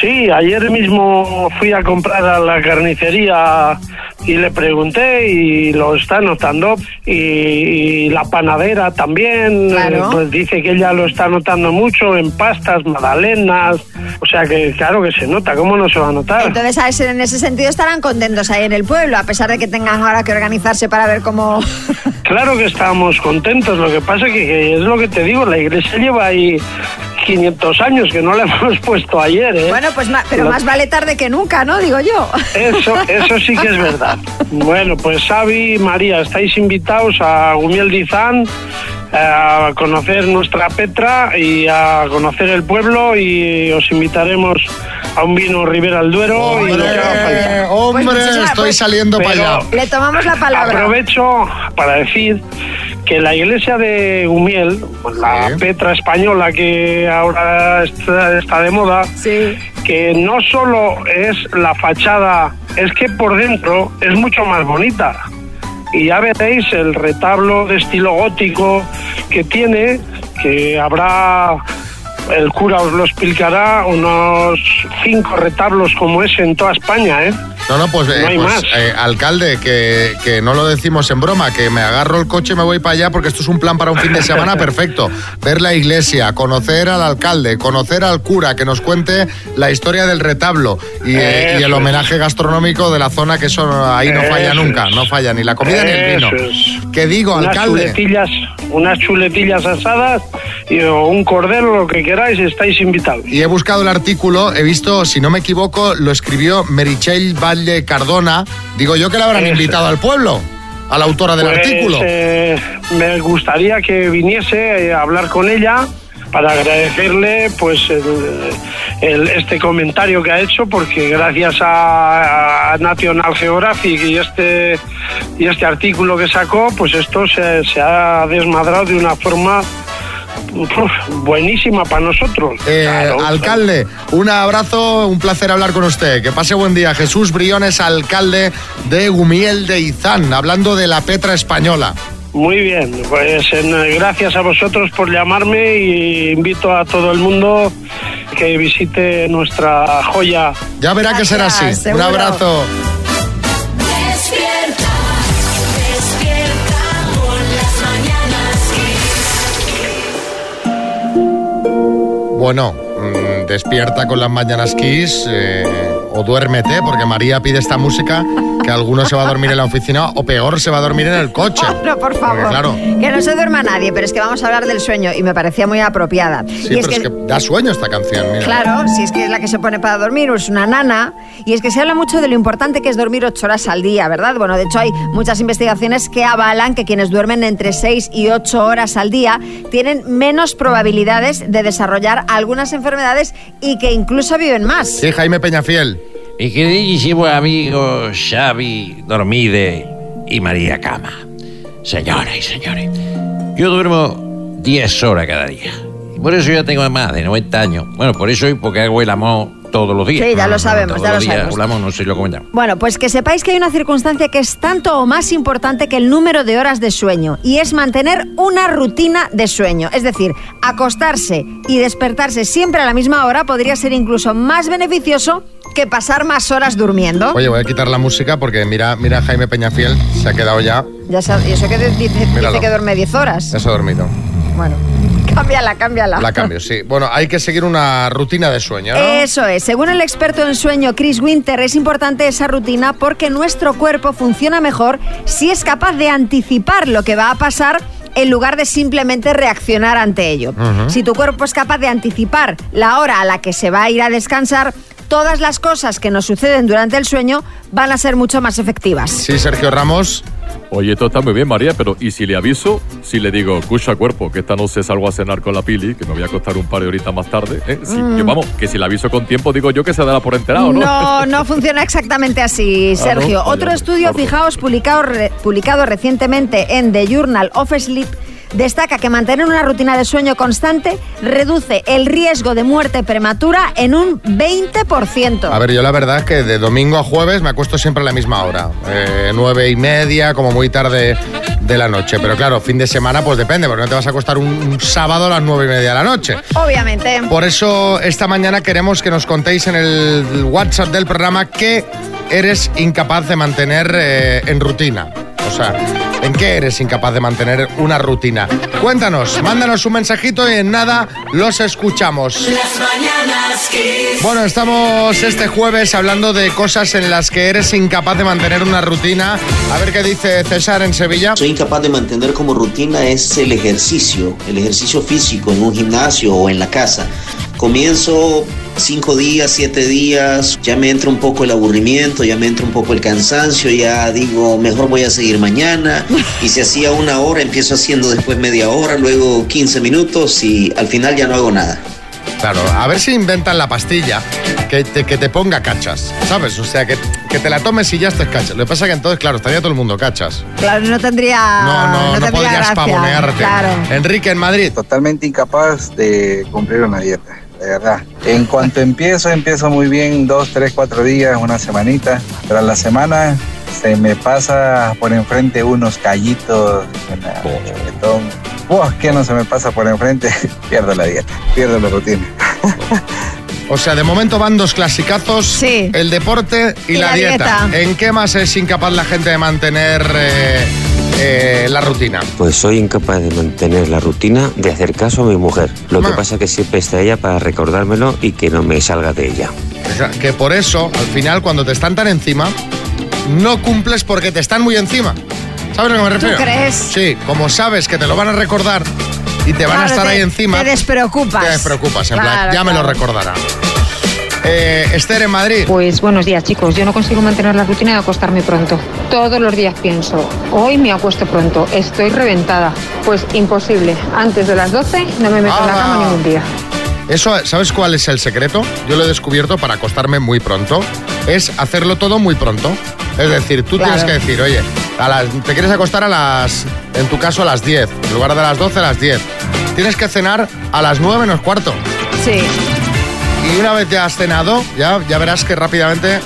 Sí, ayer mismo fui a comprar a la carnicería y le pregunté y lo está notando y, y la panadera también
Claro.
eh, pues dice que ella lo está notando mucho en pastas, magdalenas, o sea que claro que se nota, ¿cómo no se va a notar?
Entonces, a ese- en ese sentido estarán contentos ahí en el pueblo, a pesar de que tengan ahora que organizarse para ver
(laughs)
cómo...
Claro que estamos contentos, lo que pasa que, que es lo que te digo, la iglesia lleva ahí 500 años que no la (laughs) hemos puesto ayer, ¿eh?
Bueno, pues ma- pero
Lo-
más vale tarde que nunca, ¿no? Digo yo.
Eso, eso sí que es verdad. Bueno, pues Xavi y María, estáis invitados a Gumiel Dizán a conocer nuestra Petra y a conocer el pueblo y os invitaremos a un vino Rivera al Duero. y lo que haga falta.
Eh, hombre,
Pues muchísima-
estoy
pues-
saliendo para
Pero-
allá.
Le tomamos la palabra.
Aprovecho para decir que la iglesia de Gumiel, la Petra española que ahora está, está de moda, que no solo es la fachada, es que por dentro es mucho más bonita. Y ya veréis el retablo de estilo gótico que tiene, que habrá, el cura os lo explicará, unos cinco retablos como ese en toda España, ¿eh?
No, no, pues, eh,
No hay
pues,
más.
eh, alcalde, que, que no lo decimos en broma, que me agarro el coche y me voy para allá porque esto es un plan para un
(laughs)
fin de semana perfecto. Ver la iglesia, conocer al alcalde, conocer al cura, que nos cuente la historia del retablo y, eh, y
Eso
el
es.
homenaje gastronómico de la zona, que eso no- ahí no falla
Eso
nunca,
es.
no falla ni la comida ni el vino.
Eso es.
Que digo,
unas
alcalde?
Chuletillas, unas chuletillas asadas y o un cordero, lo que queráis, estáis invitados.
Y he buscado el artículo, he visto, si no me equivoco, lo escribió Merichel Valle Cardona. Digo yo que la habrán
Eso.
invitado al pueblo, a la autora del
Pues,
artículo.
eh, me gustaría que viniese eh, a hablar con ella para agradecerle pues el- el- este comentario que ha hecho porque gracias a, a National Geographic y este y este artículo que sacó pues esto se, se ha desmadrado de una forma uf, buenísima para nosotros
Eh, alcalde, un abrazo, un placer hablar con usted. Que pase buen día. Jesús Briones, alcalde de Gumiel de Izán, hablando de la Petra española.
Muy bien, pues en- gracias a vosotros por llamarme y invito a todo el mundo que visite nuestra joya.
Ya verá que será así.
Gracias,
Un
seguro.
abrazo.
Despierta, despierta por las mañanas
Bueno, mm, despierta con las mañanas kiss eh, o duérmete, porque María pide esta música que alguno se va a dormir en la oficina o peor se va a dormir en el coche.
(laughs) No, por favor.
Porque, claro.
Que no se duerma nadie, pero es que vamos a hablar del sueño y me parecía muy apropiada.
Sí,
y
pero es que... da sueño esta canción. Mira.
Claro, si es que es la que se pone para dormir, es una nana. Y es que se habla mucho de lo importante que es dormir ocho horas al día, ¿verdad? Bueno, de hecho hay muchas investigaciones que avalan que quienes duermen entre seis y ocho horas al día tienen menos probabilidades de desarrollar algunas enfermedades y que incluso viven más.
Sí, Jaime Peñafiel.
Mi queridísimo amigo Xavi Dormide y María Cama. Señoras y señores, yo duermo 10 horas cada día. Y por eso ya tengo más de 90 años. Bueno, por eso y porque hago el amor
todos los días.
Sí, ya lo sabemos,
Todos
ya lo
los días
sabemos.
hablamos, no sé, lo comentamos.
Bueno, pues que sepáis que hay una circunstancia que es tanto o más importante que el número de horas de sueño y es mantener una rutina de sueño. Es decir, acostarse y despertarse siempre a la misma hora podría ser incluso más beneficioso que pasar más horas durmiendo.
Oye, voy a quitar la música porque mira, mira a Jaime Peñafiel, se ha quedado ya,
Ya sabes, y eso que dice, dice
Míralo.
que duerme 10 horas.
ya se ha dormido.
Bueno, (laughs) cámbiala, cámbiala.
La cambio, sí. Bueno, hay que seguir una rutina de sueño, ¿no?
Eso es. Según el experto en sueño Chris Winter, es importante esa rutina porque nuestro cuerpo funciona mejor si es capaz de anticipar lo que va a pasar en lugar de simplemente reaccionar ante ello.
Ujú.
Si tu cuerpo es capaz de anticipar la hora a la que se va a ir a descansar, todas las cosas que nos suceden durante el sueño van a ser mucho más efectivas.
Sí, Sergio Ramos.
Oye, esto está muy bien, María, pero ¿y si le aviso? Si le digo, escucha cuerpo, que esta noche salgo a cenar con la Pili, que me voy a acostar un par de horitas más tarde. ¿eh? Sí,
Mm.
yo, vamos, que si le aviso con tiempo, digo yo que se dará por enterado, ¿no?
No, no funciona exactamente así,
Ah,
Sergio.
¿no? Vaya,
Otro estudio, fijaos, publicado, re- publicado recientemente en The Journal of Sleep, destaca que mantener una rutina de sueño constante reduce el riesgo de muerte prematura en un 20%.
A ver, yo la verdad es que de domingo a jueves me acuesto siempre a la misma hora. Eh, nueve y media, como muy tarde de la noche. Pero claro, fin de semana pues depende, porque no te vas a acostar un, un sábado a las nueve y media de la noche.
Obviamente.
Por eso esta mañana queremos que nos contéis en el WhatsApp del programa qué eres incapaz de mantener eh, en rutina. O sea, ¿en qué eres incapaz de mantener una rutina? Cuéntanos, mándanos un mensajito y en nada los escuchamos.
Las mañanas Kiss.
Bueno, estamos este jueves hablando de cosas en las que eres incapaz de mantener una rutina. A ver qué dice César en Sevilla.
Soy incapaz de mantener como rutina es el ejercicio, el ejercicio físico en un gimnasio o en la casa. Comienzo cinco días, siete días, ya me entra un poco el aburrimiento, ya me entra un poco el cansancio, ya digo, mejor voy a seguir mañana. Y si hacía una hora, empiezo haciendo después media hora, luego 15 minutos y al final ya no hago nada.
Claro, a ver si inventan la pastilla que te, que te ponga cachas, ¿sabes? O sea, que, que te la tomes y ya estés cachas. Lo que pasa es que entonces, claro, estaría todo el mundo cachas.
Claro, no tendría.
No, no, no,
tendría
podrías
gracia.
pavonearte.
Claro.
Enrique en Madrid.
Totalmente incapaz de cumplir una dieta, de verdad. En
(laughs)
cuanto empiezo, empiezo muy bien, dos, tres, cuatro días, una semanita. Tras la semana se me pasa por enfrente unos callitos, una- choquetón. Buah, ¿Qué no se me pasa por enfrente? (laughs) Pierdo la dieta, pierdo la rutina.
O sea, de momento van dos clasicazos, el deporte y,
Y
la,
la
dieta.
dieta.
¿En qué más es incapaz la gente de mantener eh, eh, la rutina?
Pues soy incapaz de mantener la rutina de hacer caso a mi mujer. Lo que pasa que siempre está ella para recordármelo y que no me salga de ella.
O sea, que por eso, al final, cuando te están tan encima, no cumples porque te están muy encima. ¿Sabes a lo que me
¿Tú
refiero?
crees?
Sí, como sabes que te lo van a recordar y te van a
Claro,
estar
te-
ahí encima.
Te despreocupas.
Te despreocupas, en plan,
Claro,
ya me lo
claro.
recordará. Eh, Esther en Madrid.
Pues buenos días chicos, yo no consigo mantener la rutina de acostarme pronto. Todos los días pienso, hoy me acuesto pronto, estoy reventada. Pues imposible, antes de las 12 no me meto en la
Ah.
cama ningún día.
Eso, ¿sabes cuál es el secreto? Yo lo he descubierto para acostarme muy pronto. Es hacerlo todo muy pronto. Es decir, tú
Claro.
tienes que decir, oye, a las- te quieres acostar a las, en tu caso, a las 10, en lugar de las 12, a las 10. Tienes que cenar a las 9 menos cuarto.
Sí.
Y una vez ya has cenado, ya, ya verás que rápidamente...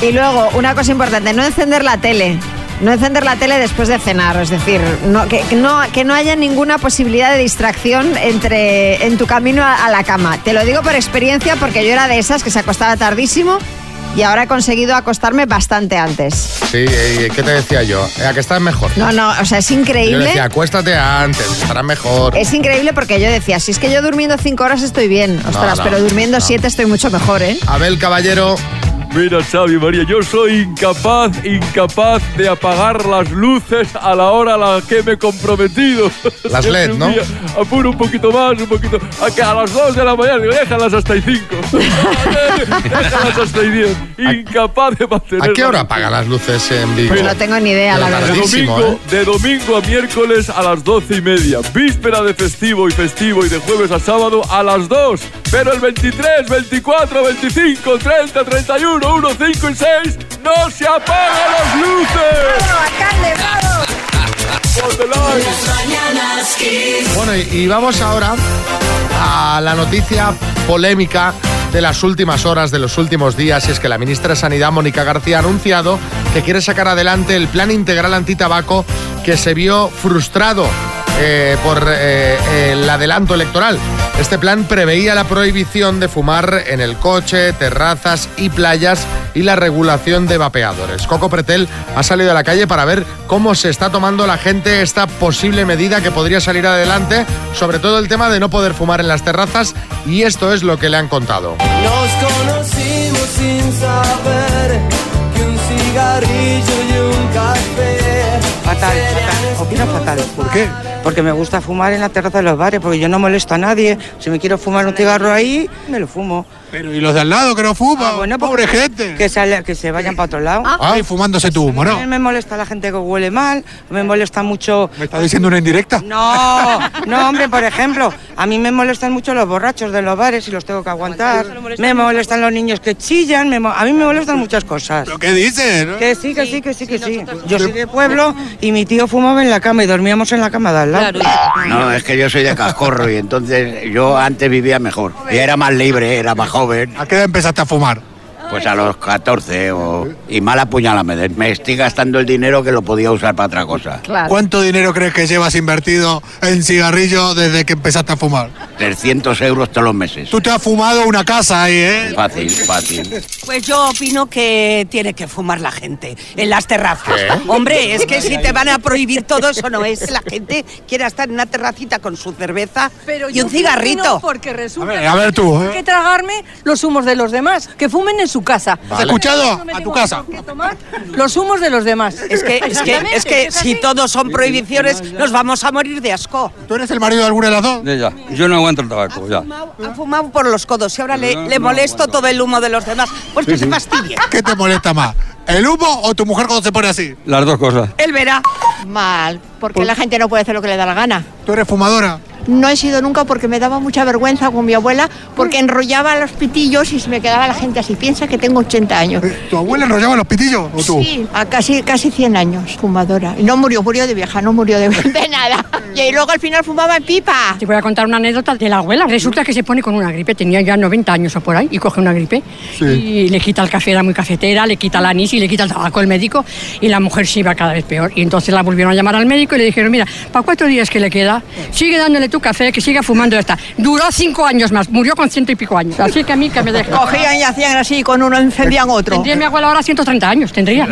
Y luego, una cosa importante, no encender la tele. No encender la tele después de cenar, es decir, no, que, que no, que no haya ninguna posibilidad de distracción entre, en tu camino a, a la cama. Te lo digo por experiencia porque yo era de esas que se acostaba tardísimo y ahora he conseguido acostarme bastante antes.
Sí, eh, ¿qué te decía yo? Eh, ¿A que estás mejor?
No, no, o sea, es
Yo le
increíble.
decía, acuéstate antes, estarás mejor.
Es increíble porque yo decía, si es que yo durmiendo cinco horas estoy bien, ostras,
no,
pero durmiendo siete estoy mucho mejor,
(laughs)
¿eh?
Abel Caballero.
Mira, Xavi, María, yo soy incapaz, incapaz de apagar las luces a la hora a la que me he comprometido.
Las
Yo
LED,
soy
¿no?
muy a- Apuro un poquito más, un poquito. A, que a las 2 de la mañana, digo, déjalas hasta y 5. déjalas hasta y
(laughs)
10. Incapaz de
¿A
mantener.
qué hora apagan las luces en Vigo?
No tengo ni idea, la
de
verdad. ¿eh?
domingo, de domingo a miércoles a las doce y media. Víspera de festivo y festivo y de jueves a sábado a las 2. Pero el 23, 24, 25, 30, 31, 1, 5 y 6 no se apagan las luces. Por delante.
Las mañanas Kiss.
Bueno, y, y vamos ahora a la noticia polémica de las últimas horas, de los últimos días, y es que la ministra de Sanidad, Mónica García, ha anunciado que quiere sacar adelante el plan integral antitabaco que se vio frustrado eh, por eh, el adelanto electoral. Este plan preveía la prohibición de fumar en el coche, terrazas y playas y la regulación de vapeadores. Coco Pretel ha salido a la calle para ver cómo se está tomando la gente esta posible medida que podría salir adelante, sobre todo el tema de no poder fumar en las terrazas y esto es lo que le han contado.
Nos conocimos sin saber que un cigarrillo y un café.
Fatal, fatal. Opino fatal. ¿Por qué? Porque me gusta fumar en la terraza de los bares, porque yo no molesto a nadie. Si me quiero fumar un cigarro ahí, me lo fumo. Pero
¿y los de al lado que no
Ah,
fuman?
bueno,
Pobre
pues,
gente.
Que, sale- que se vayan para otro lado.
Ah, y fumándose tu humo, ¿no?
A mí me molesta la gente que huele mal, me molesta mucho... ¿Me
¿Estás diciendo una indirecta?
No, no, hombre, por ejemplo, a mí me molestan mucho los borrachos de los bares y los tengo que aguantar. Me molestan los niños que chillan, me mo- a mí me molestan muchas cosas. ¿Pero
qué dices, no?
Que sí, que sí, que sí, que sí. Yo soy de pueblo y mi tío fumaba en la cama y dormíamos en la cama de al lado.
No, es que yo soy de cascorro y entonces yo antes vivía mejor. Y era más libre, era más joven.
¿A qué edad empezaste a fumar?
Pues a los 14 o... y mala puñalada me den. Me estoy gastando el dinero que lo podía usar para otra cosa.
¿Cuánto dinero crees que llevas invertido en cigarrillo desde que empezaste a fumar?
300 euros todos los meses.
Tú te has fumado una casa ahí, ¿eh?
Fácil, fácil.
Pues yo opino que tiene que fumar la gente en las terrazas.
¿Qué?
Hombre, es que si te van a prohibir todo eso no es. La gente quiere estar en una terracita con su cerveza y un cigarrito.
Porque resulta
ver, a ver tú,
que
¿eh?
tengo que tragarme los humos de los demás, que fumen en su casa.
¿Has escuchado?
Yo me
A
tengo
tu casa.
que tomar Los humos de los demás.
Es que, es que, es que si todos son prohibiciones nos vamos a morir de asco.
¿Tú eres el marido de alguna de las dos?
Ya, yo no aguanto el tabaco, ya.
Ha fumado por los codos y ahora le,
Ah,
le molesto todo el humo de los demás. Pues que se
(laughs)
fastidie.
¿Qué te molesta más? ¿El humo o tu mujer cuando se pone así?
Las dos cosas.
Él verá.
Mal, porque la gente no puede hacer lo que le da la gana.
¿Tú eres fumadora?
No he sido nunca porque me daba mucha vergüenza con mi abuela, porque enrollaba los pitillos y se me quedaba la gente así. Piensa que tengo 80 años.
Eh, ¿Tu abuela enrollaba los pitillos o tú?
Sí, a casi, casi 100 años, fumadora. Y no murió, murió de vieja, no murió de, de nada. Y luego al final fumaba en pipa.
Te voy a contar una anécdota de la abuela. Resulta que se pone con una gripe, tenía ya 90 años o por ahí, y coge una gripe.
Sí.
Y le quita el café, era muy cafetera, le quita el anís y le quita el tabaco al médico. Y la mujer se iba cada vez peor. Y entonces la volvieron a llamar al médico y le dijeron, mira, para cuatro días que le queda, sigue dándole tu café, que siga fumando esta. Duró cinco años más, murió con ciento y pico años. Así que a mí que me dejó.
Cogían y hacían así, con uno encendían otro.
Tendría mi abuela ahora 130 años, tendría.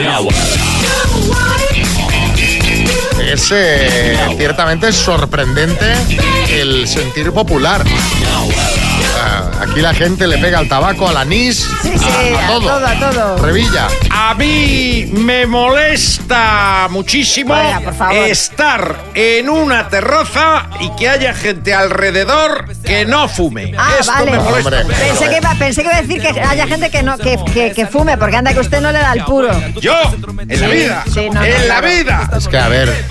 Es eh, ciertamente sorprendente el sentir popular. Ah, Aquí la gente le pega al tabaco, al anís, a, a todo. Revilla.
A mí me molesta muchísimo
Vaya, por favor.
estar en una terraza y que haya gente alrededor que no fume.
Ah,
Esto
vale.
me molesta.
Pensé que, iba, pensé que iba a decir que haya gente que, no, que, que- que fume, porque anda que usted no le da el puro.
Yo, en la
Sí,
vida,
sí, no, no,
en la
claro.
vida.
Es que, a ver,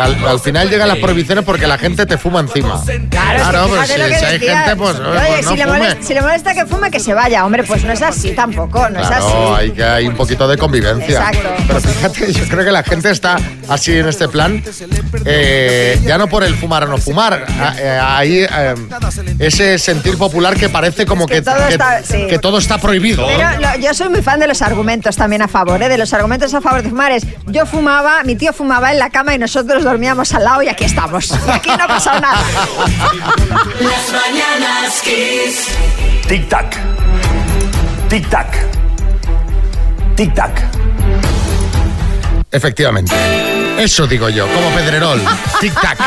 al, al final llegan las prohibiciones porque la gente te fuma encima. Claro, pues
Fíjate
si,
lo que
si hay
decía.
gente, pues, eh,
Oye,
pues
si, le
no fume.
molesta, si le molesta que fume, que se vaya. Hombre, pues no es así tampoco, no es
Claro,
así.
hay, que, hay un poquito de convivencia.
Exacto.
Pero fíjate, yo creo que la gente está así en este plan, eh, ya no por el fumar o no fumar, a- eh, ahí eh, ese sentir popular que parece como que,
todo
que-
está- sí.
que todo está prohibido.
Pero lo- yo soy muy fan de los argumentos también a favor, ¿eh? de los argumentos a favor de fumar es yo fumaba, mi tío fumaba en la cama y nosotros dormíamos al lado y aquí estamos. (laughs) Y aquí no ha pasado nada.
Las mañanas kiss.
Tic tac. Tic tac. Tic tac.
Efectivamente. Eso digo yo, como Pedrerol. Tic-tac.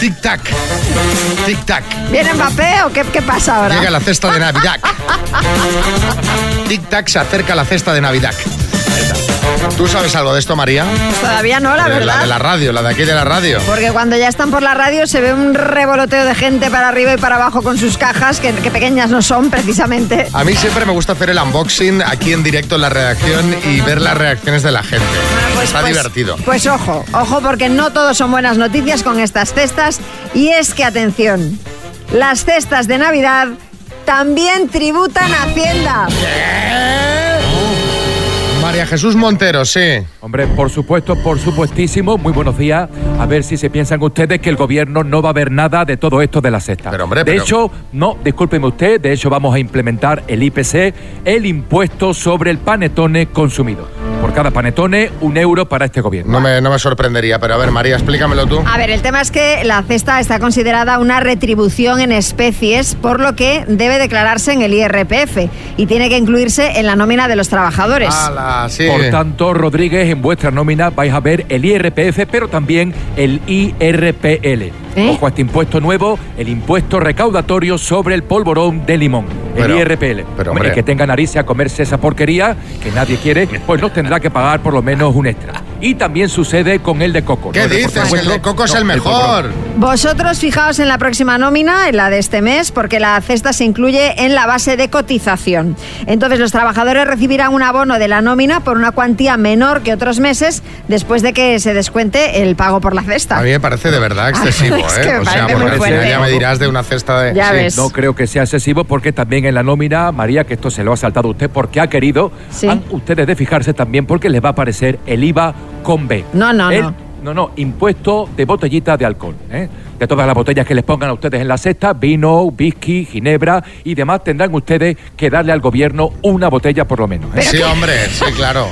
Tic-tac. Tic-tac.
¿Viene Mbappé o qué, qué pasa ahora?
Llega la cesta de Navidad. Tic-tac se acerca a la cesta de Navidad. ¿Tú sabes algo de esto, María?
Todavía no, la
Eh,
verdad.
de la radio, la de aquí de la radio.
Porque cuando ya están por la radio se ve un revoloteo de gente para arriba y para abajo con sus cajas, que, que pequeñas no son precisamente.
A mí siempre me gusta hacer el unboxing aquí en directo en la redacción y ver las reacciones de la gente. Está divertido.
Ah, Pues ojo, ojo porque no todos son buenas noticias con estas cestas. Y es que, atención, las cestas de Navidad también tributan a Hacienda.
María Jesús Montero, sí.
Hombre, por supuesto, por supuestísimo. Muy buenos días. A ver si se piensan ustedes que el gobierno no va a ver nada de todo esto de la cesta. Pero, hombre, de
pero-
hecho, no, discúlpeme usted, de hecho vamos a implementar el IPC, el impuesto sobre el panetone consumido. Por cada panetone, un euro para este gobierno.
No me, no me sorprendería, pero a ver, María, explícamelo tú.
A ver, el tema es que la cesta está considerada una retribución en especies, por lo que debe declararse en el IRPF y tiene que incluirse en la nómina de los trabajadores.
Por tanto, Rodríguez, en vuestra nómina vais a ver el IRPF, pero también el IRPL. Ojo a este impuesto nuevo, el impuesto recaudatorio sobre el polvorón de limón, el
Pero-
IRPL.
pero, hombre.
El que tenga narices a comerse esa porquería que nadie quiere, pues nos tendrá que pagar por lo menos un extra. Y también sucede con el de coco.
¿Qué
No, el de
dices?
portugués,
El de coco es
no,
el mejor.
polvorón.
Vosotros fijaos en la próxima nómina, en la de este mes, porque la cesta se incluye en la base de cotización. Entonces los trabajadores recibirán un abono de la nómina por una cuantía menor que otros meses después de que se descuente el pago por la cesta.
A mí me parece de verdad excesivo,
Ah, Es
¿eh?
que me
o sea,
parece
porque
muy
al final
fuerte.
ya me dirás de una cesta de. Sí.
No creo que sea excesivo porque también en la nómina, María, que esto se lo ha saltado usted porque ha querido, han ustedes de fijarse también porque les va a aparecer el IVA con B.
No, no,
El-
no.
No, no, impuesto de botellita de alcohol. ¿eh? De todas las botellas que les pongan a ustedes en la cesta, vino, whisky, ginebra y demás, tendrán ustedes que darle al gobierno una botella por lo menos. ¿eh?
Sí, hombre, sí, claro.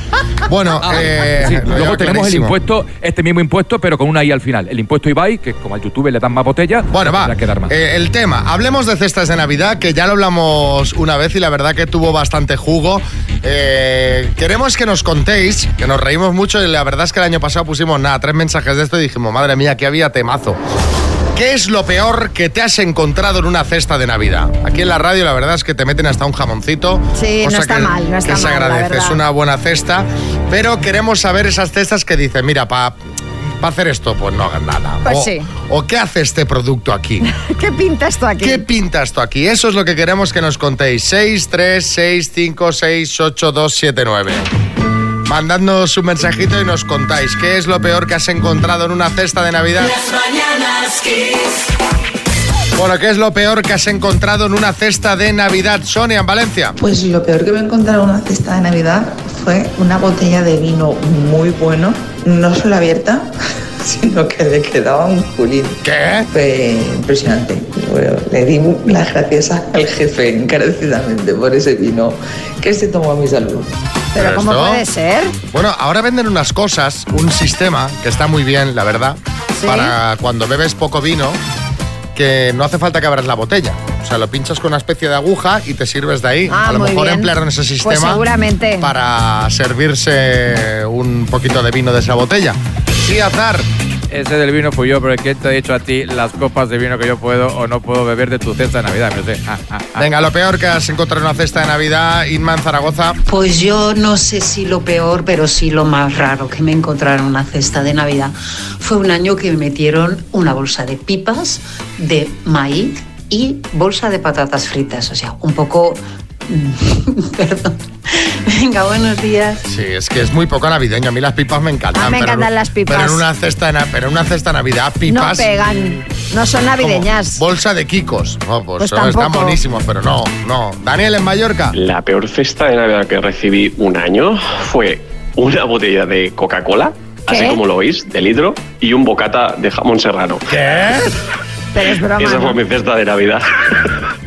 Bueno,
Ah,
eh,
Ah, Sí,
lo lleva
luego tenemos el
clarísimo.
impuesto, este mismo impuesto, pero con una I al final. El impuesto IBAI, que como al YouTube le dan más botellas, bueno, va. quedar más.
Eh, el tema, hablemos de cestas de Navidad, que ya lo hablamos una vez y la verdad que tuvo bastante jugo. Eh, queremos que nos contéis, que nos reímos mucho y la verdad es que el año pasado pusimos nada, tres mensajes de esto y dijimos, madre mía, que había temazo. ¿Qué es lo peor que te has encontrado en una cesta de Navidad? Aquí en la radio la verdad es que te meten hasta un jamoncito.
Sí, no
cosa
está
que-
mal, no está
que se
mal, la
agradece, es
verdad.
una buena cesta, pero queremos saber esas cestas que dicen, mira, para hacer esto, pues no hagan nada.
Pues
O-
sí.
¿O qué hace este producto aquí?
(laughs) ¿Qué pinta esto aquí?
¿Qué pinta esto aquí? Eso es lo que queremos que nos contéis. 6, 3, 6, 5, 6, 8, 2, 7, 9. Mandadnos un mensajito y nos contáis qué es lo peor que has encontrado en una cesta de Navidad.
Las mañanas kiss.
Bueno, ¿qué es lo peor que has encontrado en una cesta de Navidad, Sonia, en Valencia?
Pues lo peor que me encontraron en una cesta de Navidad fue una botella de vino muy bueno, no solo abierta, (laughs) sino que le quedaba un culín.
¿Qué?
Fue impresionante. Bueno, le di las gracias al jefe encarecidamente por ese vino que se tomó a mi salud.
Pero
¿cómo puede
ser?
Bueno, ahora venden unas cosas, un sistema que está muy bien, la verdad, para cuando bebes poco vino, que no hace falta que abras la botella. O sea, lo pinchas con una especie de aguja y te sirves de ahí.
Ah,
A lo
muy
mejor
bien.
emplearon ese
Pues
sistema
seguramente.
para servirse un poquito de vino de esa botella. Sí, azar.
Ese del vino fui yo, pero ¿quién te ha dicho a ti las copas de vino que yo puedo o no puedo beber de tu cesta de Navidad? Me lo sé. Ah, ah, ah.
Venga, lo peor que has encontrado en una cesta de Navidad, Inma en Zaragoza.
Pues yo no sé si lo peor, pero sí lo más raro que me encontraron en una cesta de Navidad fue un año que me metieron una bolsa de pipas, de maíz y bolsa de patatas fritas. O sea, un poco. mm, Perdón. Venga, buenos días.
Sí, es que es muy poco navideño. A mí las pipas me encantan.
Ah, me
pero-
encantan las pipas.
Pero en una cesta de, na- pero en una cesta de Navidad,
No
pipas.
pegan, no son navideñas.
Bolsa de Kikos. No, pues,
Pues
son- están
tampoco.
buenísimos, pero no, no. Daniel en Mallorca.
La peor cesta de Navidad que recibí un año fue una botella de Coca-Cola, así
¿Qué?
como lo oís, de litro, y un bocata de jamón serrano.
¿Qué?
Pero es broma.
Esa
¿no?
fue mi cesta de Navidad.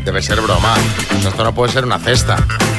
Debe ser broma. Pues esto no puede ser una cesta.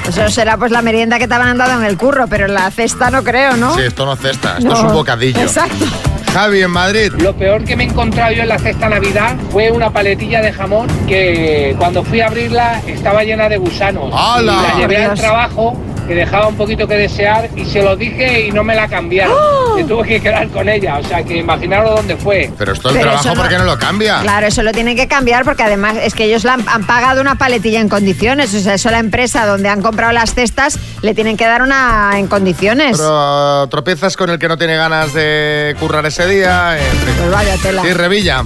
Eso será pues la merienda que te habían dado en el curro, pero en la cesta no creo, Ah, ¿no?
Sí, esto no es cesta, esto
No,
es un bocadillo.
Exacto.
Javi en Madrid.
Lo peor que me he encontrado yo en la cesta Navidad fue una paletilla de jamón que cuando fui a abrirla estaba llena de gusanos.
¡Hala!
Y la llevé al
Dios.
trabajo que dejaba un poquito que desear y se lo dije y no me la cambiaron. Me tuve que quedar con ella, o sea que imaginaros dónde fue.
Pero esto el
Pero
trabajo,
eso no-
¿por qué no lo cambia?
Claro, eso lo tienen que cambiar porque además es que ellos la han, han pagado una paletilla en condiciones. O sea, eso la empresa donde han comprado las cestas le tienen que dar una en condiciones.
Pero uh, tropiezas con el que no tiene ganas de currar ese día. en fin.
Pues vaya tela.
Sí, Revilla.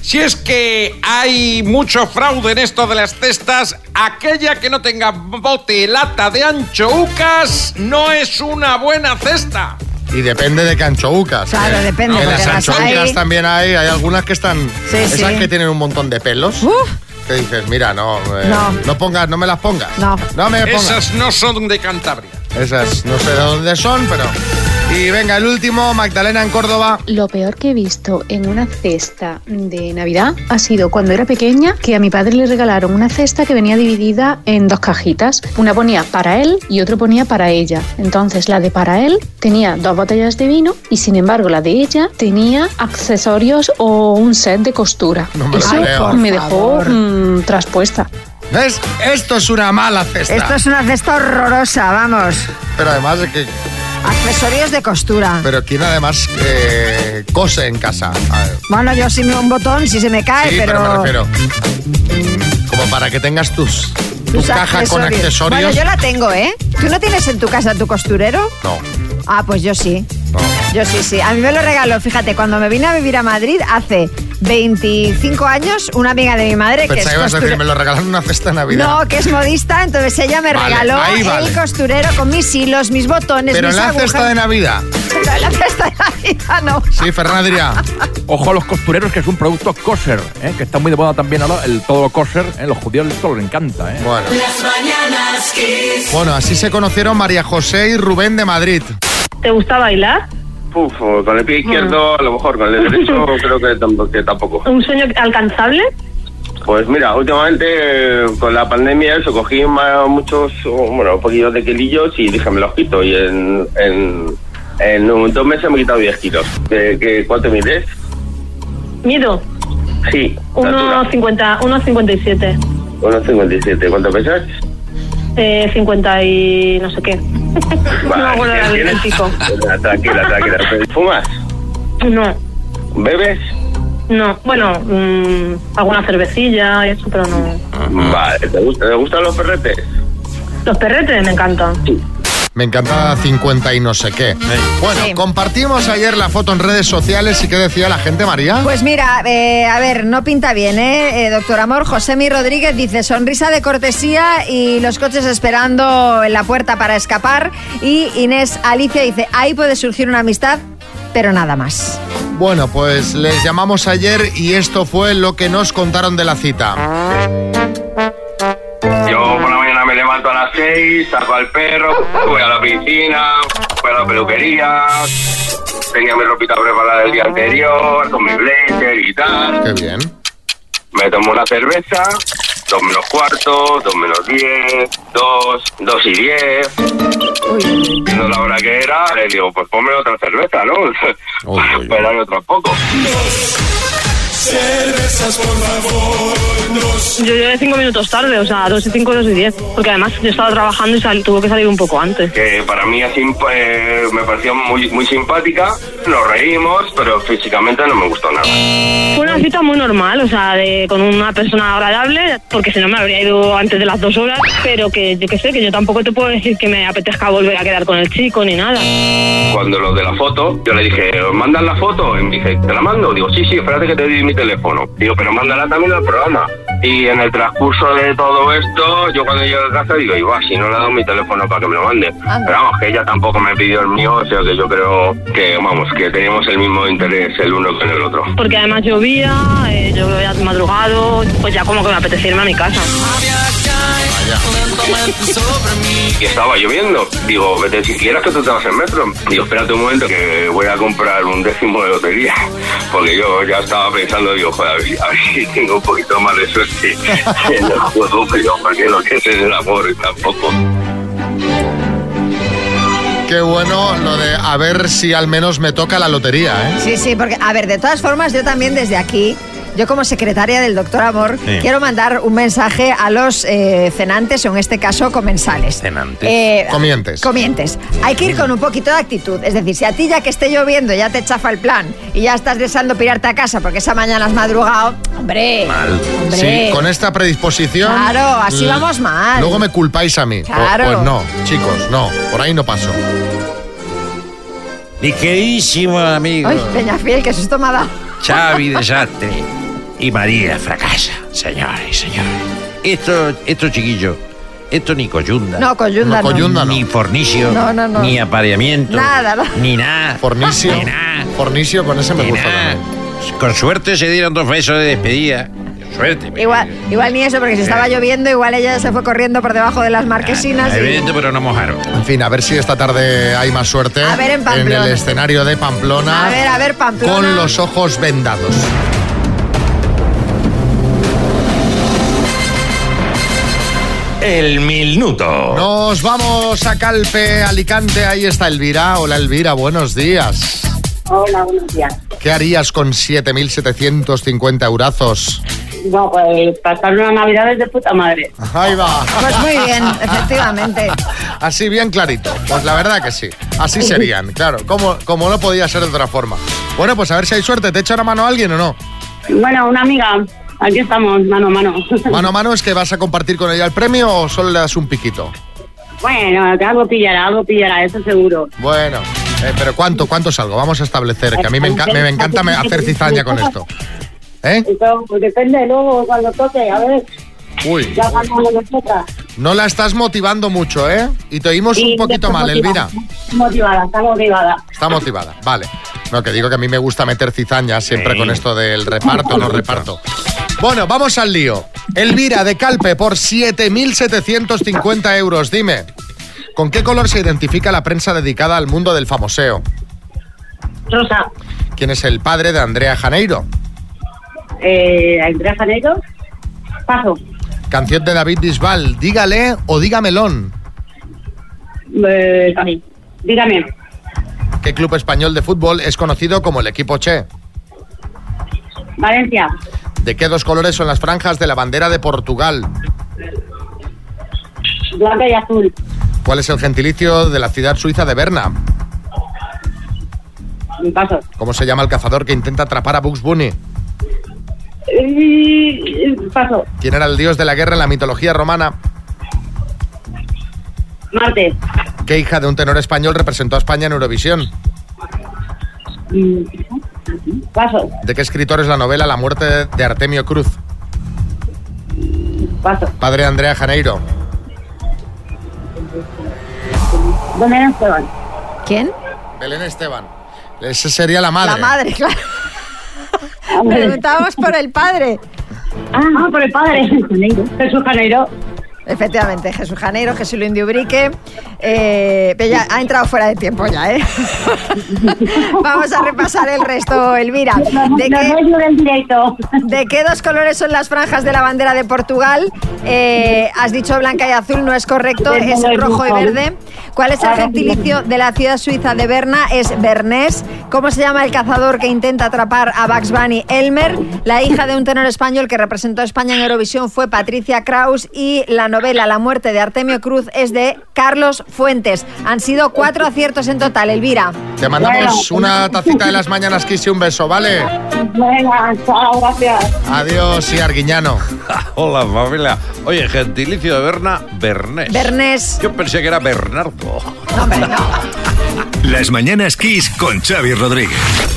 Si es que hay mucho fraude en esto de las cestas, aquella que no tenga bote lata de anchoucas no es una buena cesta.
Y depende de qué anchoucas.
Claro, depende,
Que
porque
las
las
anchoucas
hay-
también hay, hay algunas que están.
Sí,
esas
sí.
que tienen un montón de pelos. Que dices, mira, no, eh,
No.
no pongas, no me las pongas. No, me pongas.
Esas no son de Cantabria.
Esas no sé de dónde son, pero. Y venga, el último, Magdalena en Córdoba.
Lo peor que he visto en una cesta de Navidad ha sido cuando era pequeña que a mi padre le regalaron una cesta que venía dividida en dos cajitas. Una ponía para él y otra ponía para ella. Entonces la de para él tenía dos botellas de vino y sin embargo la de ella tenía accesorios o un set de costura.
No me lo
Eso
creo.
me
Por
dejó mm, traspuesta.
¿Ves? Esto es una mala cesta.
Esto es una cesta horrorosa, vamos.
Pero además es que.
Accesorios de costura.
Pero quien además eh, cose en casa. A ver,
Bueno, yo sí me un botón si se me cae,
sí, pero... me refiero. Como para que tengas tus. Tu
Tus
caja con accesorios.
Bueno, yo la tengo, ¿eh? ¿Tú no tienes en tu casa tu costurero?
No.
Ah, pues yo sí. Yo sí, sí. A mí me lo regaló, fíjate, cuando me vine a vivir a Madrid hace 25 años, una amiga de mi madre que
Pensaba que
es
ibas a
costure-
decir, me lo regalaron una cesta de Navidad.
No, que es modista, entonces ella me
Vale,
regaló
ahí vale.
el costurero con mis hilos, mis botones,
pero en
mis
la
agujas.
cesta de Navidad.
Pero en (laughs) la cesta de Navidad no.
Sí, Fernandria.
Ojo a los costureros, que es un producto kosher, ¿eh? que está muy de moda también ahora, el todo kosher. ¿eh? Los judíos esto les encanta. ¿eh?
Bueno.
Las mañanas kiss.
Bueno, así se conocieron María José y Rubén de Madrid.
¿Te gusta bailar?
Puf, con el pie izquierdo, a lo mejor con el
(laughs)
derecho, creo que tampoco, que tampoco.
¿Un sueño alcanzable?
Pues mira, últimamente eh, con la pandemia eso cogí ma- muchos, oh, bueno, un poquito de quelillos y dije me los quito y en, en, en un- dos meses me he quitado 10 kilos. ¿De qué, ¿Cuánto mides?
Mido
Sí, la altura.
1,50, 1,57.
1,57. ¿Cuánto pesas?
Eh, 50 y no sé qué. no me acuerdo
¿qué
del- del
tienes?
pico.
Nah, Tranquila, tranquila. ¿Fumas?
No,
¿Bebes?
no. Bueno, mm, alguna cervecilla y eso, pero no.
Vale, ¿te, gusta, ¿te gustan los perretes?
Los perretes me encantan.
Me encanta 50 y no sé qué. Bueno, compartimos ayer la foto en redes sociales y qué decía la gente, María.
Pues mira, eh, a ver, no pinta bien, ¿eh? Eh, Doctor Amor, José Mi Rodríguez dice, sonrisa de cortesía y los coches esperando en la puerta para escapar. Y Inés Alicia dice, ahí puede surgir una amistad, pero nada más.
Bueno, pues les llamamos ayer y esto fue lo que nos contaron de la cita.
Yo por la mañana me levanto a las 6, saco al perro, voy a la piscina, voy a la peluquería, tenía mi ropita preparada el día anterior, con mi blazer y tal.
Qué bien.
Me tomo una cerveza, 2 menos cuarto, 2 menos 10, 2, 2 y 10. Viendo la hora que era, le digo, pues ponme otra cerveza, ¿no? Para (laughs) esperar otro poco.
Cervezas, por favor, dos.
Yo llegué 5 minutos tarde, o sea, 2 y 5, 2 y 10. Porque además yo estaba trabajando y sal- tuve que salir un poco antes.
que para mí es imp- eh, me pareció muy, muy simpática. Nos reímos, pero físicamente no me gustó nada.
Fue una cita muy normal, o sea, de, con una persona agradable, porque si no me habría ido antes de las dos horas, pero que yo qué sé, que yo tampoco te puedo decir que me apetezca volver a quedar con el chico ni nada.
Cuando lo de la foto, yo le dije, ¿os ¿mandan la foto? Y me dice, ¿te la mando? Digo, sí, sí, espérate que te doy mi teléfono. Digo, pero mándala también al programa. Y en el transcurso de todo esto, yo cuando llego a casa digo, igual, si no le he dado mi teléfono para que me lo mande. Pero vamos, que ella tampoco me pidió el mío, o sea que yo creo que, vamos, que teníamos el mismo interés el uno con el otro.
Porque además llovía, eh, yo había madrugado, pues ya como que me apetecía irme a mi casa.
Y estaba lloviendo. Digo, vete si quieres que tú te vas en metro. Digo, espérate un momento que voy a comprar un décimo de lotería. (laughs) Porque yo ya estaba pensando, digo, joder, a ver, a ver si tengo un poquito más de suerte (laughs) en el juego, pero porque lo que es el amor tampoco.
Qué bueno lo de a ver si al menos me toca la lotería, ¿eh?
Sí, sí, porque, a ver, de todas formas, yo también desde aquí, yo como secretaria del Doctor Amor,
Sí.
quiero mandar un mensaje a los eh, cenantes, o en este caso comensales.
Cenantes.
Eh,
Comientes.
Comientes. Hay que ir con un poquito de actitud. Es decir, si a ti ya que esté lloviendo ya te chafa el plan y ya estás deseando pirarte a casa porque esa mañana has madrugado, hombre.
Mal.
Hombre.
Sí, con esta predisposición.
Claro, así
l-
vamos mal.
Luego me culpáis a mí. Pues-
Claro.
Pues, no, chicos, no. Por ahí no paso.
Mi queridísimo amigo
Ay, Peña Fiel, que susto me ha dado.
Xavi Desastre y María Fracasa, señores y señores. Estos esto chiquillos, esto ni coyunda.
No, coyunda No, no. coyunda
Ni fornicio,
No, no, no.
ni apareamiento,
Nada, no.
ni nada.
Fornicio.
Ni nada.
Fornicio, con ese me gusta también.
Con suerte se dieron dos besos de despedida. suerte.
Igual, igual ni eso, porque si estaba lloviendo, igual ella se fue corriendo por debajo de las marquesinas. y-
Evidente, pero no mojaron.
En fin, a ver si esta tarde hay más suerte
A ver en Pamplona.
el escenario de Pamplona
A ver, a ver, Pamplona.
con los ojos vendados.
El minuto.
Nos vamos a Calpe, Alicante. Ahí está Elvira. Hola Elvira, buenos días.
Hola, buenos días.
¿Qué harías con 7.750 eurazos?
No, pues pasar una Navidad de puta madre.
Ahí va.
Pues muy bien, efectivamente.
Así bien clarito. Pues la verdad que sí. Así serían, claro. Como, como no podía ser de otra forma. Bueno, pues a ver si hay suerte. ¿Te echa una mano alguien o no?
Bueno, una amiga, aquí estamos, mano a mano. (laughs)
Mano a mano es que vas a compartir con ella el premio o solo le das un piquito.
Bueno, que algo pillará, algo pillará, eso seguro.
Bueno, eh, pero ¿cuánto, cuánto salgo? Vamos a establecer, que a mí me, enca- me- me encanta me- hacer cizaña con esto. ¿Eh?
Eso, pues depende luego cuando toque, a ver,
Uy.
ya ganamos nosotras.
No la estás motivando mucho, ¿eh? Y te oímos
Sí,
un poquito
estoy
mal,
motivada,
Elvira.
Motivada, está motivada.
Está motivada, vale. No, que digo que a mí me gusta meter cizaña siempre con esto del reparto, no reparto. Bueno, vamos al lío. Elvira de Calpe por 7.750 euros. Dime, ¿con qué color se identifica la prensa dedicada al mundo del famoseo?
Rosa,
¿Quién es el padre de Andrea Janeiro?
eh, Andrea Janeiro, paso.
Canción de David Bisbal, Dígale o Dígamelón.
Eh, Tony, dígame,
¿Qué club español de fútbol es conocido como el equipo Che?
Valencia,
¿De qué dos colores son las franjas de la bandera de Portugal?
blanca y azul,
¿Cuál es el gentilicio de la ciudad suiza de Berna?
paso.
¿Cómo se llama el cazador que intenta atrapar a Bugs Bunny?
Eh, paso,
¿Quién era el dios de la guerra en la mitología romana?
Marte,
¿Qué hija de un tenor español representó a España en Eurovisión?
mm, paso,
¿De qué escritor es la novela La muerte de Artemio Cruz?
paso.
Padre de Andrea Janeiro.
¿Dónde Esteban?
¿Quién?
Belén Esteban. Esa sería la madre.
La madre, claro. Preguntábamos por el padre.
Ah, por el padre. Jesús Janeiro.
Efectivamente, Jesús Janeiro, Jesús Luis de Ubrique. Eh, pero ya ha entrado fuera de tiempo ya, ¿eh? (laughs) Vamos a repasar el resto, Elvira. ¿De qué, de qué dos colores son las franjas de la bandera de Portugal? Eh, has dicho blanca y azul, no es correcto,
Pues
es rojo y verde. ¿Cuál es el gentilicio de la ciudad suiza de Berna? Es Bernés. ¿Cómo se llama el cazador que intenta atrapar a Bugs Bunny? Elmer. La hija de un tenor español que representó a España en Eurovisión fue Patricia Kraus y la novela La muerte de Artemio Cruz es de Carlos Fuentes. Han sido cuatro aciertos en total, Elvira.
Te mandamos una tacita de las mañanas, Kiss y un beso, ¿vale?
pues, Venga, chao, gracias.
Adiós y Arguiñano.
Hola, familia. Oye, gentilicio de Berna, Bernés.
Bernés.
Yo pensé que era Bernardo.
No, hombre, no.
Las mañanas Kiss con Xavi Rodríguez.